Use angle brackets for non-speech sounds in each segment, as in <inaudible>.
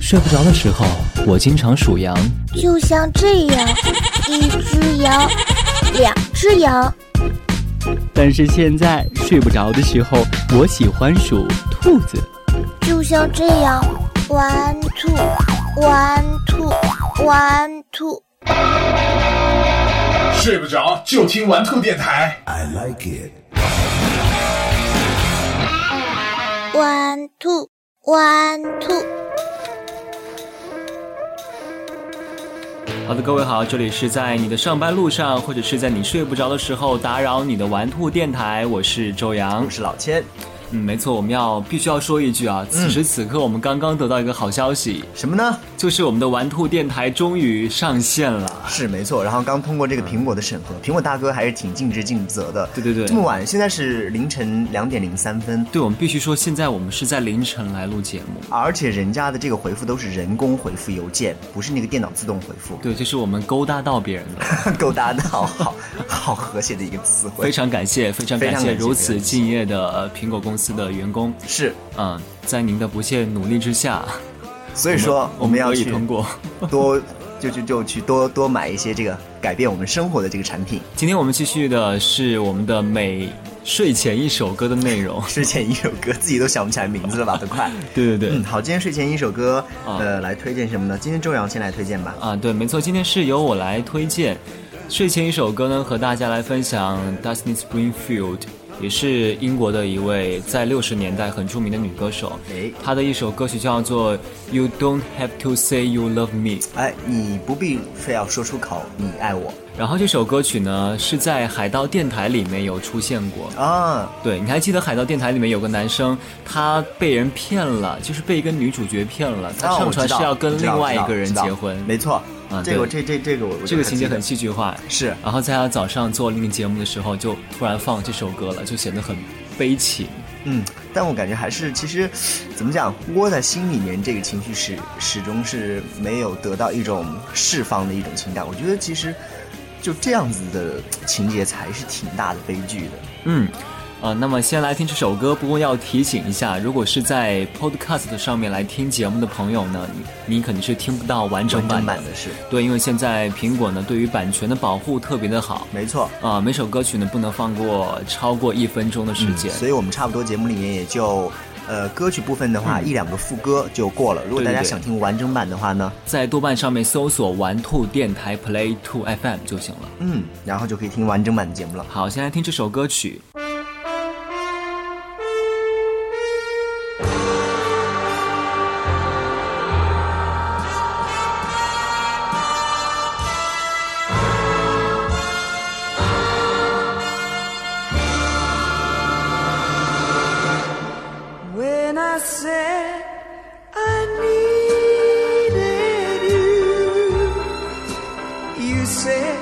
睡不着的时候，我经常数羊，就像这样，一只羊，两只羊，但是现在睡不着的时候，我喜欢数兔子。就像这样，one two one two one two。睡不着就听玩兔电台。 I like it. One two one two，好的，各位好，这里是在你的上班路上，或者是在你睡不着的时候打扰你的玩兔电台，我是周洋，我是老千，嗯，没错，我们要必须要说一句啊，此时此刻我们刚刚得到一个好消息，什么呢？就是我们的玩兔电台终于上线了。是没错，然后刚通过这个苹果的审核，苹果大哥还是挺尽职尽责的。对对对这么晚，现在是凌晨两点零三分，对，我们必须说，现在我们是在凌晨来录节目。而且人家的这个回复都是人工回复邮件，不是那个电脑自动回复。 <laughs> 对，就是我们勾搭到别人了，勾搭到，好好和谐的一个词汇。非常感谢，非常感非常谢感谢如此敬业的呃苹果公司的员工。 <laughs> 是，嗯，在您的不懈努力之下，所以说我我们们得要以去通过。多就就就去多多买一些这个改变我们生活的这个产品。今天我们继续的是我们的每睡前一首歌的内 <laughs> 容。睡前一首歌，自己都想不起来名字了吧？都快。对对对，嗯，好，今天睡前一首歌，啊呃，来推荐什么呢？今天周洋先来推荐吧。啊，对，没错，今天是由我来推荐。睡前一首歌呢，和大家来分享 Dusty Springfield，也是英国的一位在六十年代很著名的女歌手哎。她的一首歌曲叫做《You Don't Have to Say You Love Me》。哎，你不必非要说出口你爱我然后这首歌曲呢是在海盗电台里面有出现过。啊，对，你还记得海盗电台里面有个男生，他被人骗了，就是被一个女主角骗了，他啊上我船知道是要我跟知道另外知一道个人知道结婚。没错啊，这个对这这这个我我这个就情节还记得很戏剧化。是然后在他早上做另一节目的时候，就突然放这首歌了，就显得很悲情。嗯，但我感觉还是其实怎么讲，窝在心里面这个情绪始始终是没有得到一种释放的一种情感。我觉得其实就这样子的情节才是挺大的悲剧的。嗯，呃，那么先来听这首歌。不过要提醒一下，如果是在 Podcast 上面来听节目的朋友呢，你你肯定是听不到完整完版整的。版的是对，因为现在苹果呢对于版权的保护特别的好。没错，啊、每首歌曲呢不能放过超过一分钟的时间。嗯所以我们差不多节目里面也就。呃，歌曲部分的话，一两个副歌就过了。如果嗯对对大家对想听完整版的话呢，在豆瓣上面搜索“玩兔电台 Play Two FM” 就行了。嗯，然后就可以听完整版的节目了。好，先来听这首歌曲。 When I said I needed you, you said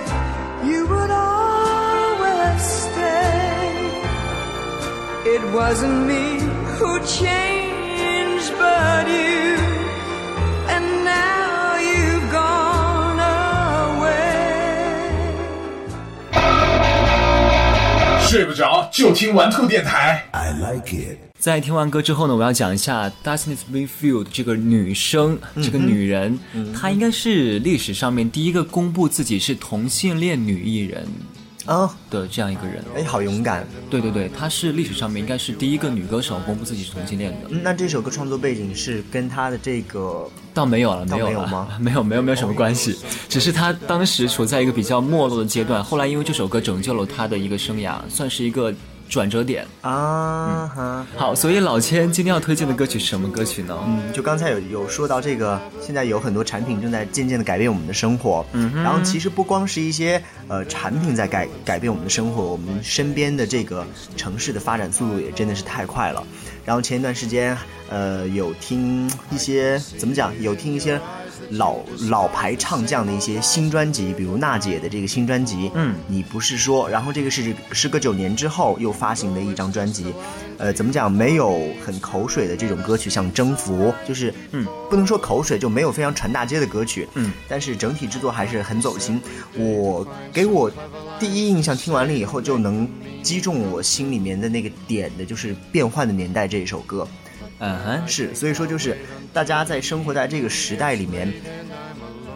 you would always stay. It wasn't me who changed, but you. And now you've gone away. 睡不着就听玩兔电台。 I like it. 在听完歌之后呢，我要讲一下 Dustin Springfield 这个女生，这个女人，她应该是历史上面第一个公布自己是同性恋女艺人啊，的这样一个人。哎，好勇敢！对对对，她是历史上面应该是第一个女歌手公布自己是同性恋的。嗯那这首歌创作背景是跟他的这个倒没有了，倒没有没有了， <laughs> 吗哦没有没有没有什么关系，只是她当时处在一个比较没落的阶段，后来因为这首歌拯救了她的一个生涯，算是一个转折点。啊嗯哈，好，所以老千今天要推荐的歌曲是什么歌曲呢？嗯，就刚才有有说到这个，现在有很多产品正在渐渐的改变我们的生活。嗯，然后其实不光是一些呃产品在改改变我们的生活，我们身边的这个城市的发展速度也真的是太快了。然后前一段时间，呃，有听一些怎么讲，有听一些老老牌唱将的一些新专辑，比如娜姐的这个新专辑，嗯，你不是说，然后这个是时隔九年之后又发行的一张专辑，呃，怎么讲，没有很口水的这种歌曲，像《征服》，就是，嗯，不能说口水，就没有非常传大街的歌曲，嗯，但是整体制作还是很走心。我给我第一印象听完了以后，就能击中我心里面的那个点的，就是《变幻的年代》这一首歌。嗯哼，是，所以说就是大家在生活在这个时代里面，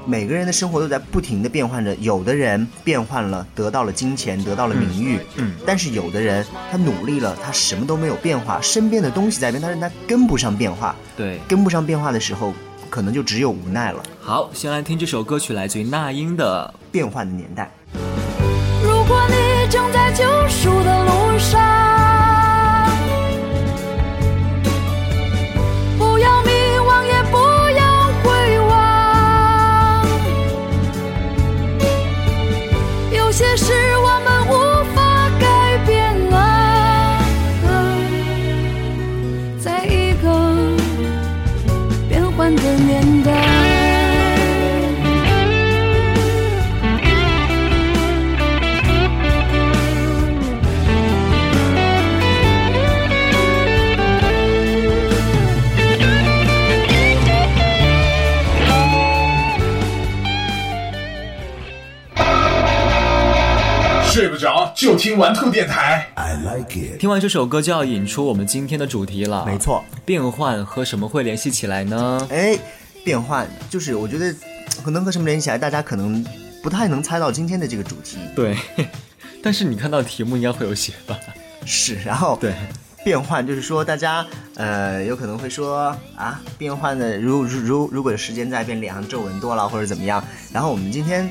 每个人的生活都在不停的变换着。有的人变换了，得到了金钱，得到了名誉，嗯，但是有的人他努力了，他什么都没有变化，身边的东西在变，但是他跟不上变化，对。跟不上变化的时候，可能就只有无奈了。好，先来听这首歌曲，来自于那英的变换的年代，如果你正在救赎的路上，不要迷惘，也不要回望。有些事我们无法改变了，在一个变幻的年代。睡不着就听玩兔电台。 I like it. 听完这首歌就要引出我们今天的主题了。没，错，变换和什么会联系起来呢？啊哎，变换就是我觉得可能和什么联系起来，大家可能不太能猜到今天的这个主题对， <laughs> 但是你看到题目应该会有写吧？是，然后对，变换，就是说大家呃有可能会说啊，变换的如如如如果时间在变，脸上皱纹多了或者怎么样。然后我们今天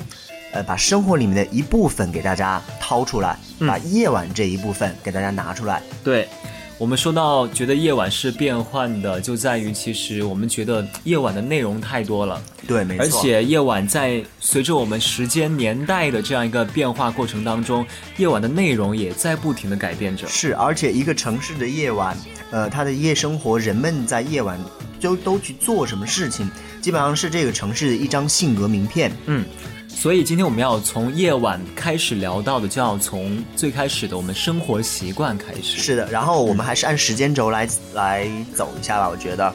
呃把生活里面的一部分给大家掏出来，嗯把夜晚这一部分给大家拿出来。对，我们说到觉得夜晚是变幻的，就在于其实我们觉得夜晚的内容太多了，对，没错。而且夜晚在随着我们时间年代的这样一个变化过程当中，夜晚的内容也在不停的改变着。是，而且一个城市的夜晚，呃，它的夜生活，人们在夜晚都都去做什么事情，基本上是这个城市的一张性格名片。所以今天我们要从夜晚开始聊到的，就要从最开始的我们生活习惯开始。是的，然后我们还是按时间轴来来走一下吧，我觉得，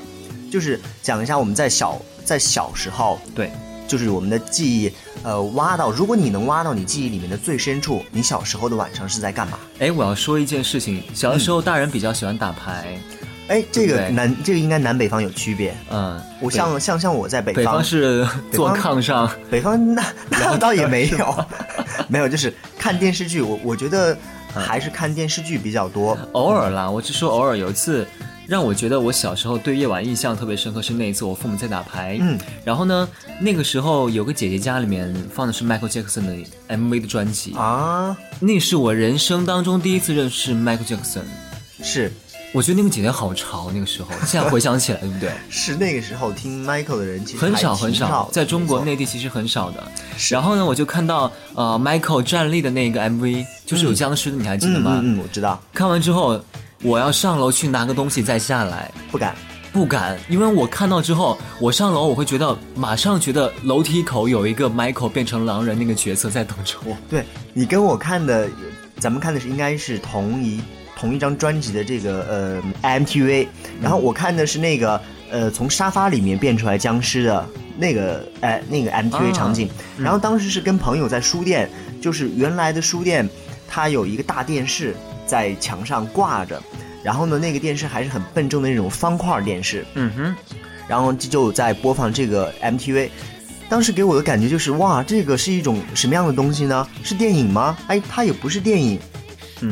就是讲一下我们在小在小时候，对，就是我们的记忆，呃，挖到，如果你能挖到你记忆里面的最深处，你小时候的晚上是在干嘛？哎，我要说一件事情，小的时嗯候大人比较喜欢打牌，哎，对这个不对南这个应该南北方有区别，嗯，我北像像像我在北北方是 <laughs> 北坐方炕上，北方那那倒也没有， <laughs> 没有，就是看电视剧，我我觉得嗯还是看电视剧比较多。偶尔啦，我只说偶尔有一次。让我觉得我小时候对夜晚印象特别深刻是那一次我父母在打牌，嗯，然后呢，那个时候有个姐姐家里面放的是 Michael Jackson 的 MV 的专辑，啊，那是我人生当中第一次认识 Michael Jackson，是我觉得那个姐姐好潮，那个时候，现在回想起来，对不对？是那个时候听 Michael 的人其实很还少 <laughs> 挺很少少，的在中国没错内地其实很少的。然后呢，我就看到呃 Michael 站立的那个 MV，就是有僵尸的，你还记得嗯吗？嗯嗯，我知道，看完之后，我要上楼去拿个东西再下来，不敢。不敢，因为我看到之后，我上楼我会觉得马上觉得楼梯口有一个 Michael 变成狼人那个角色在等着我。对你跟我看的，咱们看的是应该是同一同一张专辑的这个呃 MTV，然后我看的是那个呃从沙发里面变出来僵尸的那个呃那个 MTV 啊场景，然后当时是跟朋友在书店，就是原来的书店，它有一个大电视在墙上挂着。然后呢，那个电视还是很笨重的那种方块电视，嗯哼，然后这就在播放这个 MTV。当时给我的感觉就是，哇，这个是一种什么样的东西呢？是电影吗？哎，它也不是电影，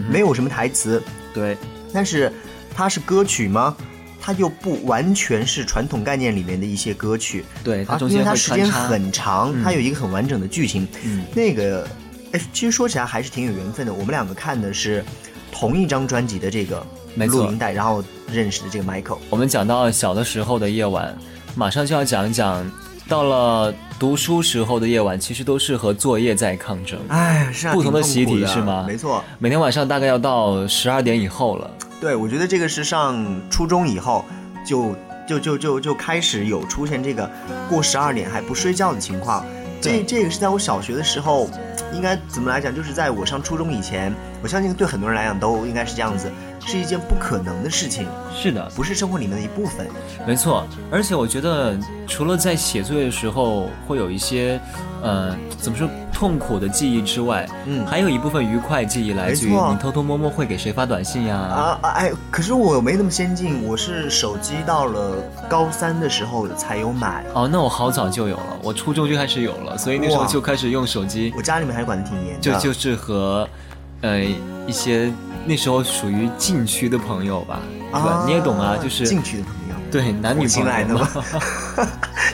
没有什么台词，对，但是它是歌曲吗？它又不完全是传统概念里面的一些歌曲，对它啊中因为间它会时穿间插很长，嗯它有一个很完整的剧情。嗯那个，哎，其实说起来还是挺有缘分的。我们两个看的是同一张专辑的这个没错录音带，然后认识的这个 Michael。我们讲到小的时候的夜晚，马上就要讲一讲到了读书时候的夜晚，其实都是和作业在抗争。哎，是啊，不同的挺习痛苦题的是吗没错，每天晚上大概要到十二点以后了。对我觉得这个是上初中以后就就就就就开始有出现这个过十二点还不睡觉的情况。这对这个是在我小学的时候，应该怎么来讲？就是在我上初中以前，我相信对很多人来讲都应该是这样子。是一件不可能的事情，是的，不是生活里面的一部分。没错，而且我觉得，除了在写作业的时候会有一些，呃，怎么说痛苦的记忆之外，嗯还有一部分愉快记忆来自于没错你偷偷摸摸会给谁发短信呀，啊啊哎，可是我没那么先进，我是手机到了高三的时候才有买。哦，那我好早就有了，我初中就开始有了，所以那时候哇就开始用手机，我家里面还是管得挺严的，就就是和，呃，一些那时候属于禁区的朋友吧，对吧？啊你也懂啊，就是进去的朋友，对男女我亲朋爱友的嘛吗，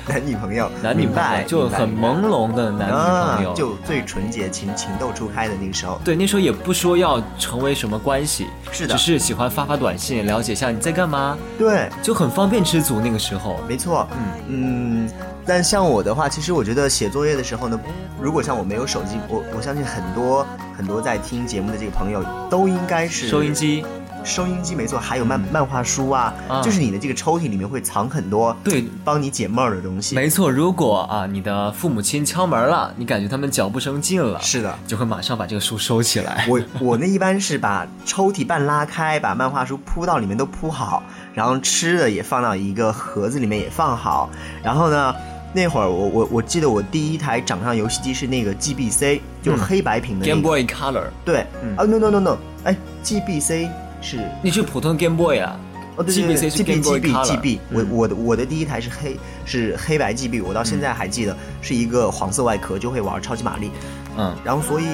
男女朋友， <laughs> 男女明朋白友就明白很明白朦胧的男女朋友，啊，就最纯洁情情窦初开的那个时候。对，那时候也不说要成为什么关系，是的只是喜欢发发短信，了解一下你在干嘛，对，就很方便知足。那个时候，没错，嗯但像我的话，其实我觉得写作业的时候呢，如果像我没有手机，我我相信很多很多在听节目的这个朋友都应该是收音机，嗯收音机没错，还有漫漫画书啊，啊就是你的这个抽屉里面会藏很多对帮你解闷儿的东西。没错。如果啊，你的父母亲敲门了，你感觉他们脚步声近了，是的，就会马上把这个书收起来。 <laughs> 我我那一般是把抽屉半拉开，把漫画书铺到里面都铺好，然后吃的也放到一个盒子里面也放好，然后呢。那会儿我我我记得我第一台掌上游戏机是那个 GBC，就黑白屏的、那个嗯 Game Boy Color，对，嗯啊 no no no no，哎 GBC 是那是普通 Game Boy 啊。哦，对对对 GBC 是 Game Boy GB Color 嗯 GB，我我的我的第一台是黑是黑白 GB，我到现在还记得是一个黄色外壳，就会玩超级玛丽。嗯，然后所以，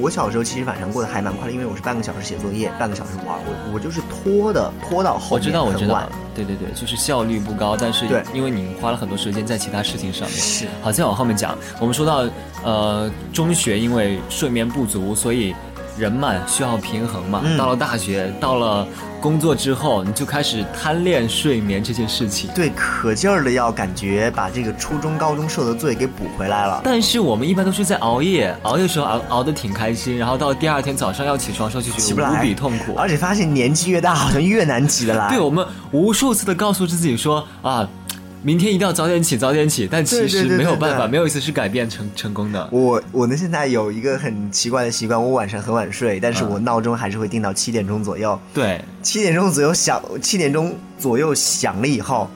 我小时候其实晚上过得还蛮快的，因为我是半个小时写作业，半个小时玩，我我就是拖的拖到我后面知道，我知很晚道。，对对对，就是效率不高，但是对因为你花了很多时间在其他事情上面。是好，再往后面讲，我们说到呃，中学因为睡眠不足，所以人嘛需要平衡嘛。嗯到了大学，到了工作之后，你就开始贪恋睡眠这件事情。对，可劲儿的要感觉把这个初中、高中受的罪给补回来了。但是我们一般都是在熬夜，熬夜的时候熬熬得挺开心，然后到第二天早上要起床的时候就起觉不得来，无比痛苦。而且发现年纪越大，好像越难起得来。对我们无数次的告诉自己说啊，明天一定要早点起，早点起，但其对对实对没有对办法，对没有一次是改变成成功的。我我呢现在有一个很奇怪的习惯，我晚上很晚睡，但是嗯我闹钟还是会定到七点钟左右。对，七点钟左右响，七点钟左右响了以后，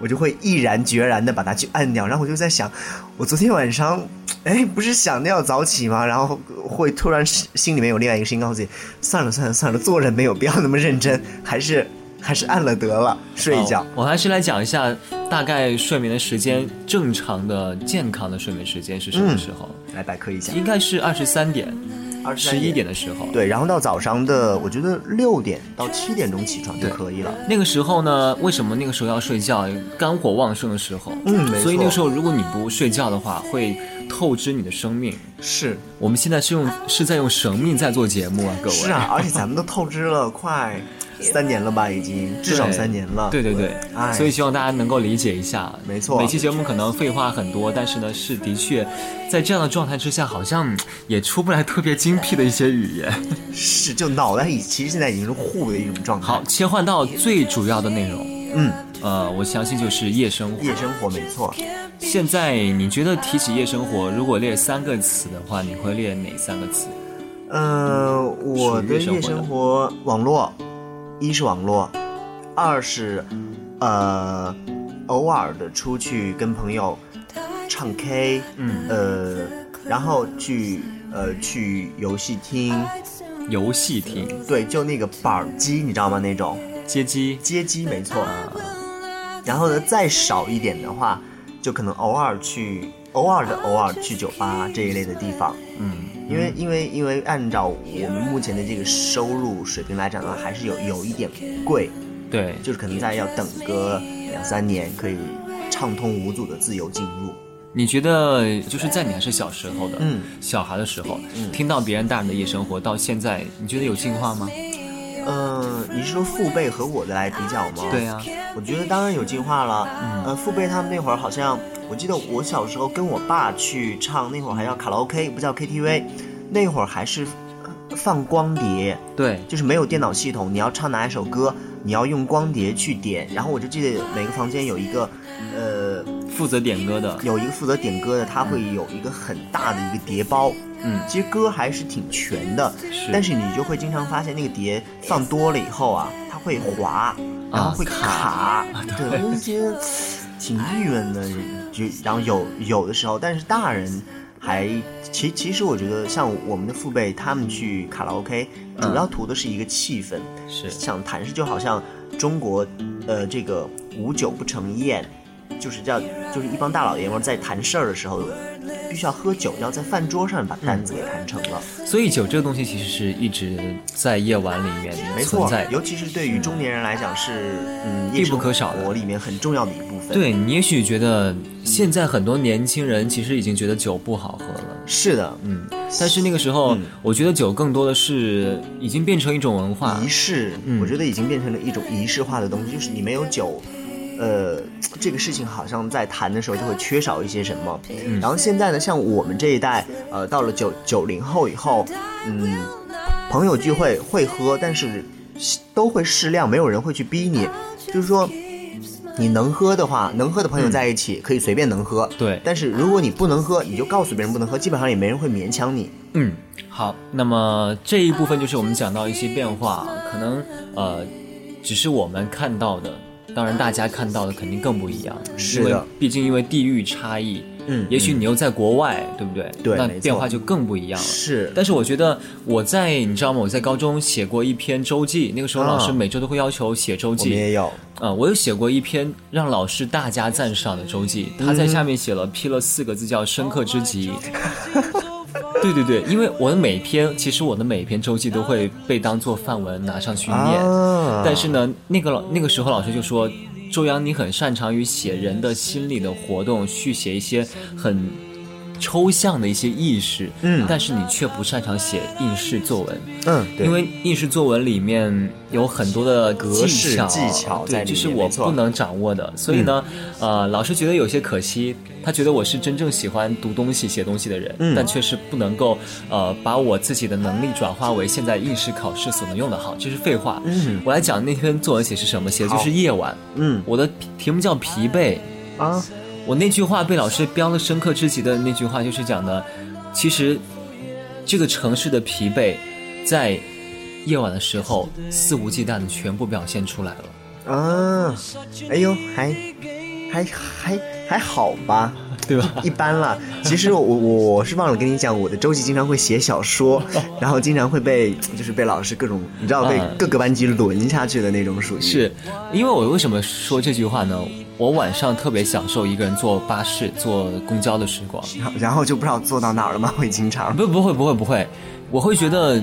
我就会毅然决然的把它去按掉。然后我就在想，我昨天晚上，哎，不是想着要早起吗？然后会突然心里面有另外一个声音告诉自己，算了算了算了，做人没有必要那么认真，还是还是按了得了，睡一觉。哦我还是来讲一下大概睡眠的时间，正常的健康的睡眠时间是什么时候？来百科一下，应该是二十三点、嗯二十一点。的时候。，对，然后到早上的，我觉得六点到七点钟起床就可以了。那个时候呢，为什么那个时候要睡觉？肝火旺盛的时候，嗯没错所以那个时候如果你不睡觉的话，会透支你的生命。是我们现在是用是在用生命在做节目啊，各位。是啊，而且咱们都透支了快三年了吧，已经至少对三年了。对对对，哎，所以希望大家能够理解一下。没错每期节目可能废话很多，但是呢，是的确在这样的状态之下，好像嗯也出不来特别精辟的一些语言。嗯是就脑袋已其实现在已经是糊的一种状态。好，，切换到最主要的内容，嗯，呃，我相信就是夜生活。夜生活没错，现在你觉得提起夜生活，如果列三个词的话，你会列哪三个词？呃，我的夜生活网络，一是网络，二是呃偶尔的出去跟朋友唱 K，嗯，呃，然后去呃去游戏厅，游戏厅、对，就那个板儿机，你知道吗？那种街机，街机没错。啊然后呢，再少一点的话，就可能偶尔去，偶尔的偶尔去酒吧这一类的地方。嗯，因为因为因为按照我们目前的这个收入水平来讲的话，还是有有一点贵，对，就是可能在要等个两三年可以畅通无阻的自由进入。你觉得就是在你还是小时候的，嗯小孩的时候，听到别人大人的夜生活，到现在，你觉得有进化吗？呃，你是说父辈和我的来比较吗？对呀我觉得当然有进化了。嗯，呃，父辈他们那会儿好像，我记得我小时候跟我爸去唱，那会儿还要卡拉 OK，不叫 KTV，那会儿还是呃放光碟，对，就是没有电脑系统，你要唱哪一首歌，你要用光碟去点。然后我就记得每个房间有一个，呃，负责点歌的，有一个负责点歌的，他会有一个很大的一个碟包。嗯其实歌还是挺全的，是但是你就会经常发现那个碟放多了以后啊，它会滑，然后会卡，对，我就觉得挺郁闷的。就然后有有的时候，但是大人还其其实我觉得像我们的父辈，他们去卡拉 OK，主要图的是一个气氛，是想谈是就好像中国，呃，这个无酒不成宴，就是叫就是一帮大老爷们儿在谈事儿的时候，必须要喝酒，要在饭桌上把单子给谈成了。所以酒这个东西其实是一直在夜晚里面没存错在，的。尤其是对于中年人来讲是嗯必不可少的我里面很重要的一部分。，对你也许觉得现在很多年轻人其实已经觉得酒不好喝了，是的，嗯，但是那个时候、嗯我觉得酒更多的是已经变成一种文化仪，式，嗯我觉得已经变成了一种仪式化的东西，就是你没有酒，呃，这个事情好像在谈的时候就会缺少一些什么。嗯然后现在呢，像我们这一代，呃，到了九九零后以后，嗯，朋友聚会会喝，但是都会适量，没有人会去逼你，就是说。你能喝的话，能喝的朋友在一起、可以随便能喝。嗯对但是如果你不能喝，你就告诉别人不能喝，基本上也没人会勉强你。嗯，好，那么这一部分就是我们讲到一些变化，可能呃，只是我们看到的，当然大家看到的肯定更不一样，是因为的毕竟因为地域差异，嗯也许你又在国外，对不对？对那没错变化就更不一样了。嗯是但是我觉得我在你知道吗？我在高中写过一篇周记，那个时候老师啊每周都会要求写周我记，们也有，呃，我有写过一篇让老师大加赞赏的周记，嗯他在下面写了批了四个字叫“深刻之极” 。对对对，因为我的每篇，其实我的每篇周记都会被当做范文拿上去念，啊但是呢，那个老那个时候老师就说。周洋，你很擅长于写人的心理的活动，去写一些很抽象的一些意识，嗯但是你却不擅长写应试作文，嗯，对因为应试作文里面有很多的格式技巧，技巧对，在里这面是我没错嗯不能掌握的。所以呢，呃，老师觉得有些可惜，他觉得我是真正喜欢读东西、写东西的人，嗯但确实不能够呃把我自己的能力转化为现在应试考试所能用的好，这是废话。嗯我来讲那篇作文写是什么，写的就是好夜晚。嗯我的题目叫疲惫，啊，我那句话被老师标了深刻之极的那句话，就是讲的，其实这个城市的疲惫，在夜晚的时候肆无忌惮的全部表现出来了。啊，哎呦，还还还还好吧，对吧？一般啦。其实我我我是忘了跟你讲，我的周记经常会写小说，然后经常会被就是被老师各种你知道被嗯各个班级轮下去的那种属于。是因为我为什么说这句话呢？我晚上特别享受一个人坐巴士、坐公交的时光。然后，然后就不知道做到哪儿了吗？会经常不，不会，不会，不会，我会觉得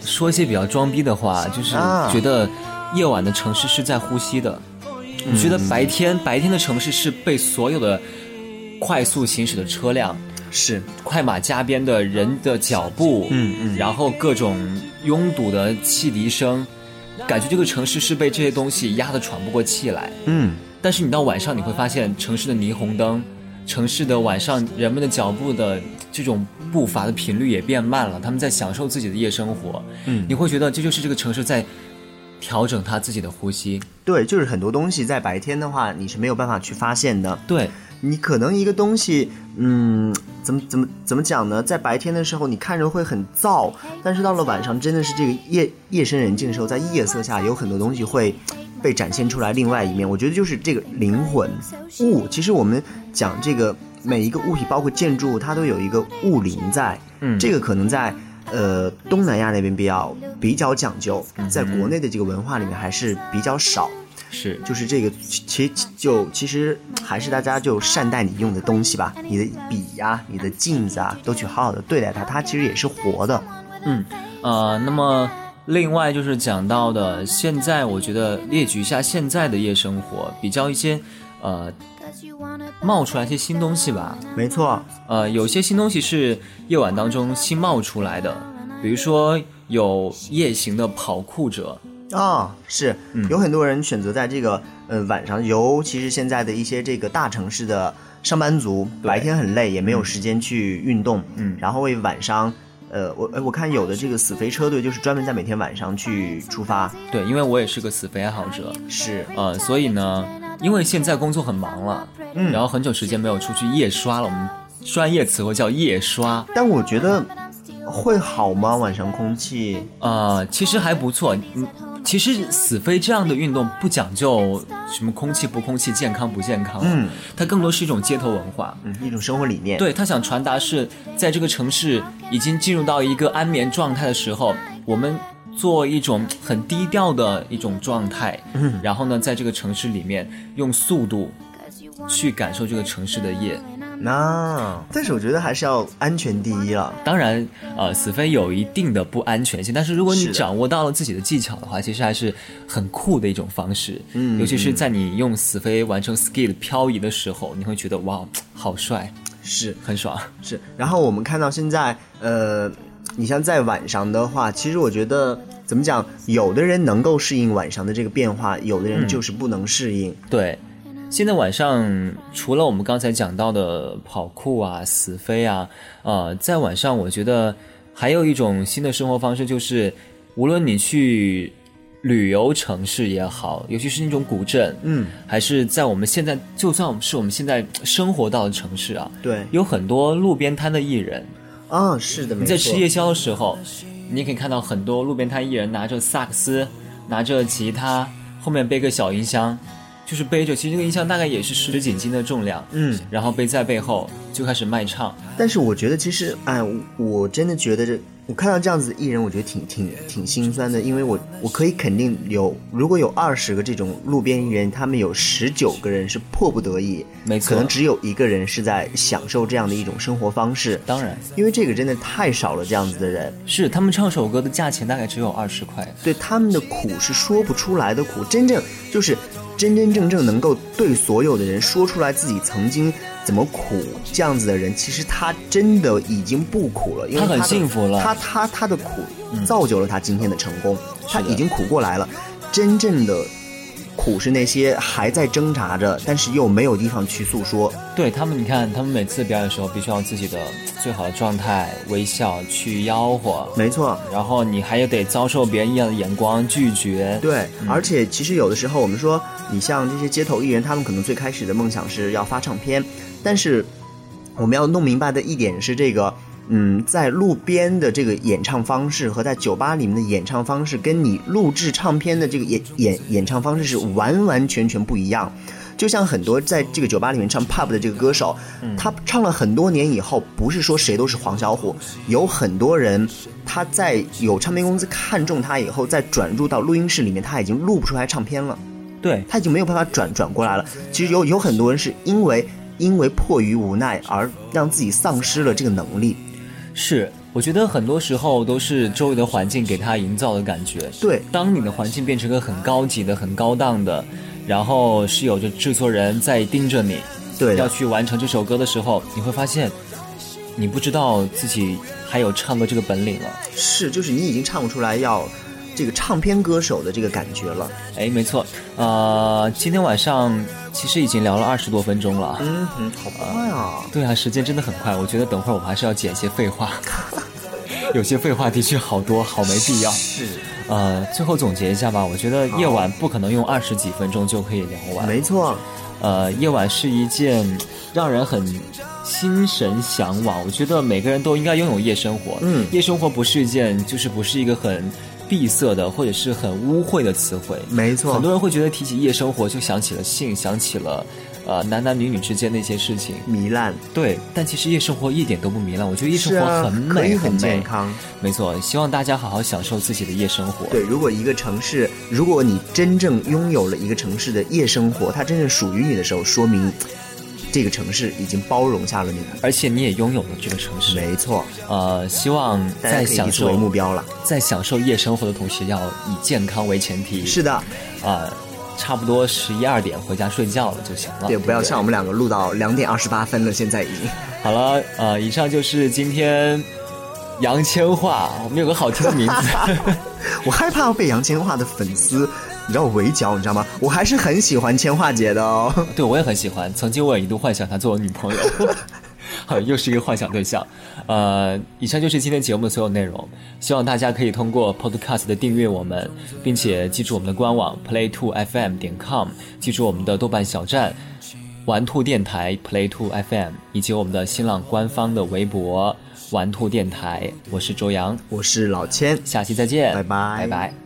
说一些比较装逼的话，就是啊觉得夜晚的城市是在呼吸的。你觉得嗯白天白天的城市是被所有的快速行驶的车辆、是快马加鞭的人的脚步，嗯嗯然后各种拥堵的汽笛声，感觉这个城市是被这些东西压得喘不过气来。嗯但是你到晚上，你会发现城市的霓虹灯，城市的晚上人们的脚步的这种步伐的频率也变慢了，他们在享受自己的夜生活。嗯，你会觉得这就是这个城市在调整他自己的呼吸。对，就是很多东西在白天的话你是没有办法去发现的。对，你可能一个东西，嗯，怎么怎么怎么讲呢？在白天的时候，你看着会很燥，但是到了晚上，真的是这个夜夜深人静的时候，在夜色下，有很多东西会被展现出来另外一面。我觉得就是这个灵魂物，其实我们讲这个每一个物体，包括建筑物，它都有一个物灵在。嗯这个可能在呃东南亚那边比较比较讲究，在国内的这个文化里面还是比较少。是就是这个，其其就其实还是大家就善待你用的东西吧，你的笔呀、你的镜子啊，都去好好的对待它，它其实也是活的。嗯，呃，那么另外就是讲到的，现在我觉得列举一下现在的夜生活，比较一些呃冒出来一些新东西吧。没错，呃，有些新东西是夜晚当中新冒出来的，比如说有夜行的跑酷者，啊、是、有很多人选择在这个呃晚上，尤其是现在的一些这个大城市的上班族，白天很累，也没有时间去运动，嗯然后为晚上。呃，我哎我看有的这个死飞车队就是专门在每天晚上去出发，对，因为我也是个死肥爱好者，是呃，所以呢，因为现在工作很忙了，嗯，然后很久时间没有出去夜刷了，我们专业词汇叫夜刷，但我觉得会好吗？晚上空气呃，其实还不错。嗯，其实死飞这样的运动不讲究什么空气不空气、健康不健康，嗯，它更多是一种街头文化。嗯一种生活理念，，对他想传达是在这个城市已经进入到一个安眠状态的时候，我们做一种很低调的一种状态，嗯，然后呢，在这个城市里面用速度去感受这个城市的夜。那但是我觉得还是要安全第一了。当然，呃，死飞有一定的不安全性，但是如果你是的掌握到了自己的技巧的话，其实还是很酷的一种方式。嗯，尤其是在你用死飞完成 ski 的漂移的时候，你会觉得哇，好帅，是很爽。是，然后我们看到现在，呃，你像在晚上的话，其实我觉得怎么讲，有的人能够适应晚上的这个变化，有的嗯人就是不能适应。对，现在晚上除了我们刚才讲到的跑酷啊、死飞啊，呃，在晚上我觉得还有一种新的生活方式，就是无论你去旅游城市也好，尤其是那种古镇，嗯，还是在我们现在，就算我们是我们现在生活到的城市啊，对，有很多路边摊的艺人，啊、是的，没你在吃错夜宵的时候，你可以看到很多路边摊艺人拿着萨克斯，拿着吉他，后面背个小音箱，就是背着，其实这个音箱大概也是十几斤的重量，嗯，然后背在背后就开始卖唱，但是我觉得其实，哎，我我真的觉得这，我看到这样子的艺人，我觉得挺挺挺心酸的，因为我我可以肯定有，如果有二十个这种路边艺人，他们有十九个人是迫不得已，没错可能只有一个人是在享受这样的一种生活方式。当然因为这个真的太少了，这样子的人，是他们唱首歌的价钱大概只有二十块，对他们的苦是说不出来的苦，真正就是真真正正能够对所有的人说出来自己曾经怎么苦这样子的人，其实他真的已经不苦了，因为他很的幸福了嗯他他他的苦造就了他今天的成功，他的已经苦过来了，真正的。苦是那些还在挣扎着，但是又没有地方去诉说。对他们，你看他们每次表演的时候必须要自己的最好的状态，微笑去吆喝，没错，然后你还得遭受别人异样的眼光拒绝，对，而且其实有的时候我们说，你像这些街头艺人，他们可能最开始的梦想是要发唱片，但是我们要弄明白的一点是，这个，嗯，在路边的这个演唱方式和在酒吧里面的演唱方式，跟你录制唱片的这个演演演唱方式是完完全全不一样。就像很多在这个酒吧里面唱 pub 的这个歌手，他唱了很多年以后，不是说谁都是黄小琥，有很多人他在有唱片公司看中他以后，再转入到录音室里面，他已经录不出来唱片了，对，他已经没有办法转转过来了。其实有有很多人是因为因为迫于无奈而让自己丧失了这个能力。是，我觉得很多时候都是周围的环境给他营造的感觉。对当你的环境变成一个很高级的、很高档的，然后是有着制作人在盯着你，对啊要的，去完成这首歌的时候，你会发现，你不知道自己还有唱歌这个本领了。是就是你已经唱不出来要这个唱片歌手的这个感觉了。哎，没错，呃，今天晚上其实已经聊了二十多分钟了。嗯哼，好快啊！ <laughs> 对啊，时间真的很快，我觉得等会儿我还是要剪一些废话， <laughs> 有些废话的确好多，好没必要。是。呃，最后总结一下吧，我觉得夜晚不可能用二十几分钟就可以聊完。没错，呃，夜晚是一件让人很心神向往，我觉得每个人都应该拥有夜生活。嗯夜生活不是一件，就是不是一个很闭塞的或者是很污秽的词汇。没错，很多人会觉得提起夜生活就想起了性，想起了呃男男女女之间的一些事情。糜烂，对，但其实夜生活一点都不糜烂，我觉得夜生是活啊很美，可以很很美健康。没错，希望大家好好享受自己的夜生活。对，如果一个城市，如果你真正拥有了一个城市的夜生活，它真正属于你的时候，说明这个城市已经包容下了你。而且你也拥有了这个城市。没错，呃，希望大家在可以以享此为目受标了。在享受夜生活的同时，要以健康为前提。是的，啊、差不多十一二点回家睡觉了就行了。对，不要对像我们两个录到两点二十八分了，现在已经。好了，呃，以上就是今天杨千嬅，我们有个好听的名字。我害怕被杨千嬅的粉丝，你知道围剿，你知道吗？我还是很喜欢千嬅姐的哦。 <laughs> 对我也很喜欢，曾经我也一度幻想她做我女朋友。 <laughs> 好，又是一个幻想对象。呃，以上就是今天节目的所有内容，希望大家可以通过 Podcast 的订阅我们，并且记住我们的官网 play two fm 点 com，记住我们的豆瓣小站。玩兔电台 Play Two FM 以及我们的新浪官方的微博玩兔电台，我是周洋，我是老千，下期再见，拜拜拜拜。